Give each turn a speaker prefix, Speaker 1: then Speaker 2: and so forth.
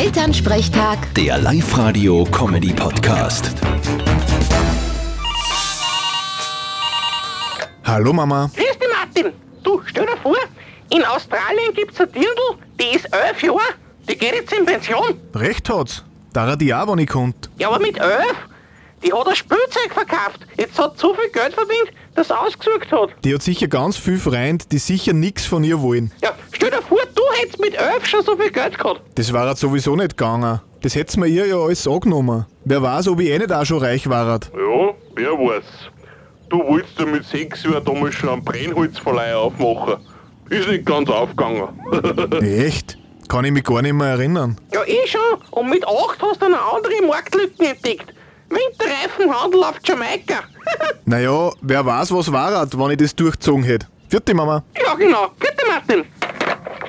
Speaker 1: Elternsprechtag.
Speaker 2: Der Live-Radio-Comedy-Podcast.
Speaker 3: Hallo Mama.
Speaker 4: Grüß dich, Martin. Du, stell dir vor, in Australien gibt's eine Dirndl, die ist elf Jahre, die geht jetzt in Pension.
Speaker 3: Recht hat's. Da hat die auch, wenn ich konnt.
Speaker 4: Ja, aber mit elf, die hat ein Spielzeug verkauft. Jetzt hat so viel Geld verdient, dass sie ausgesucht hat.
Speaker 3: Die hat sicher ganz viel Freund, die sicher nix von ihr wollen.
Speaker 4: Ja, stell dir vor, du hättest mit elf schon so viel Geld gehabt.
Speaker 3: Das war halt sowieso nicht gegangen. Das hätt's mir ihr ja alles angenommen. Wer weiß, ob ich eh nicht auch schon reich war.
Speaker 5: Ja, wer weiß. Du wolltest ja mit sechs Jahren damals schon einen Brennholzverleih aufmachen. Ist nicht ganz aufgegangen.
Speaker 3: Echt? Kann ich mich gar nicht mehr erinnern.
Speaker 4: Ja, eh schon. Und mit acht hast du eine andere Marktlücke entdeckt. Winterreifenhandel auf Jamaika.
Speaker 3: Naja, wer weiß, was war, hat, wenn ich das durchgezogen hätte. Vierte Mama.
Speaker 4: ja, genau. Bitte, Martin.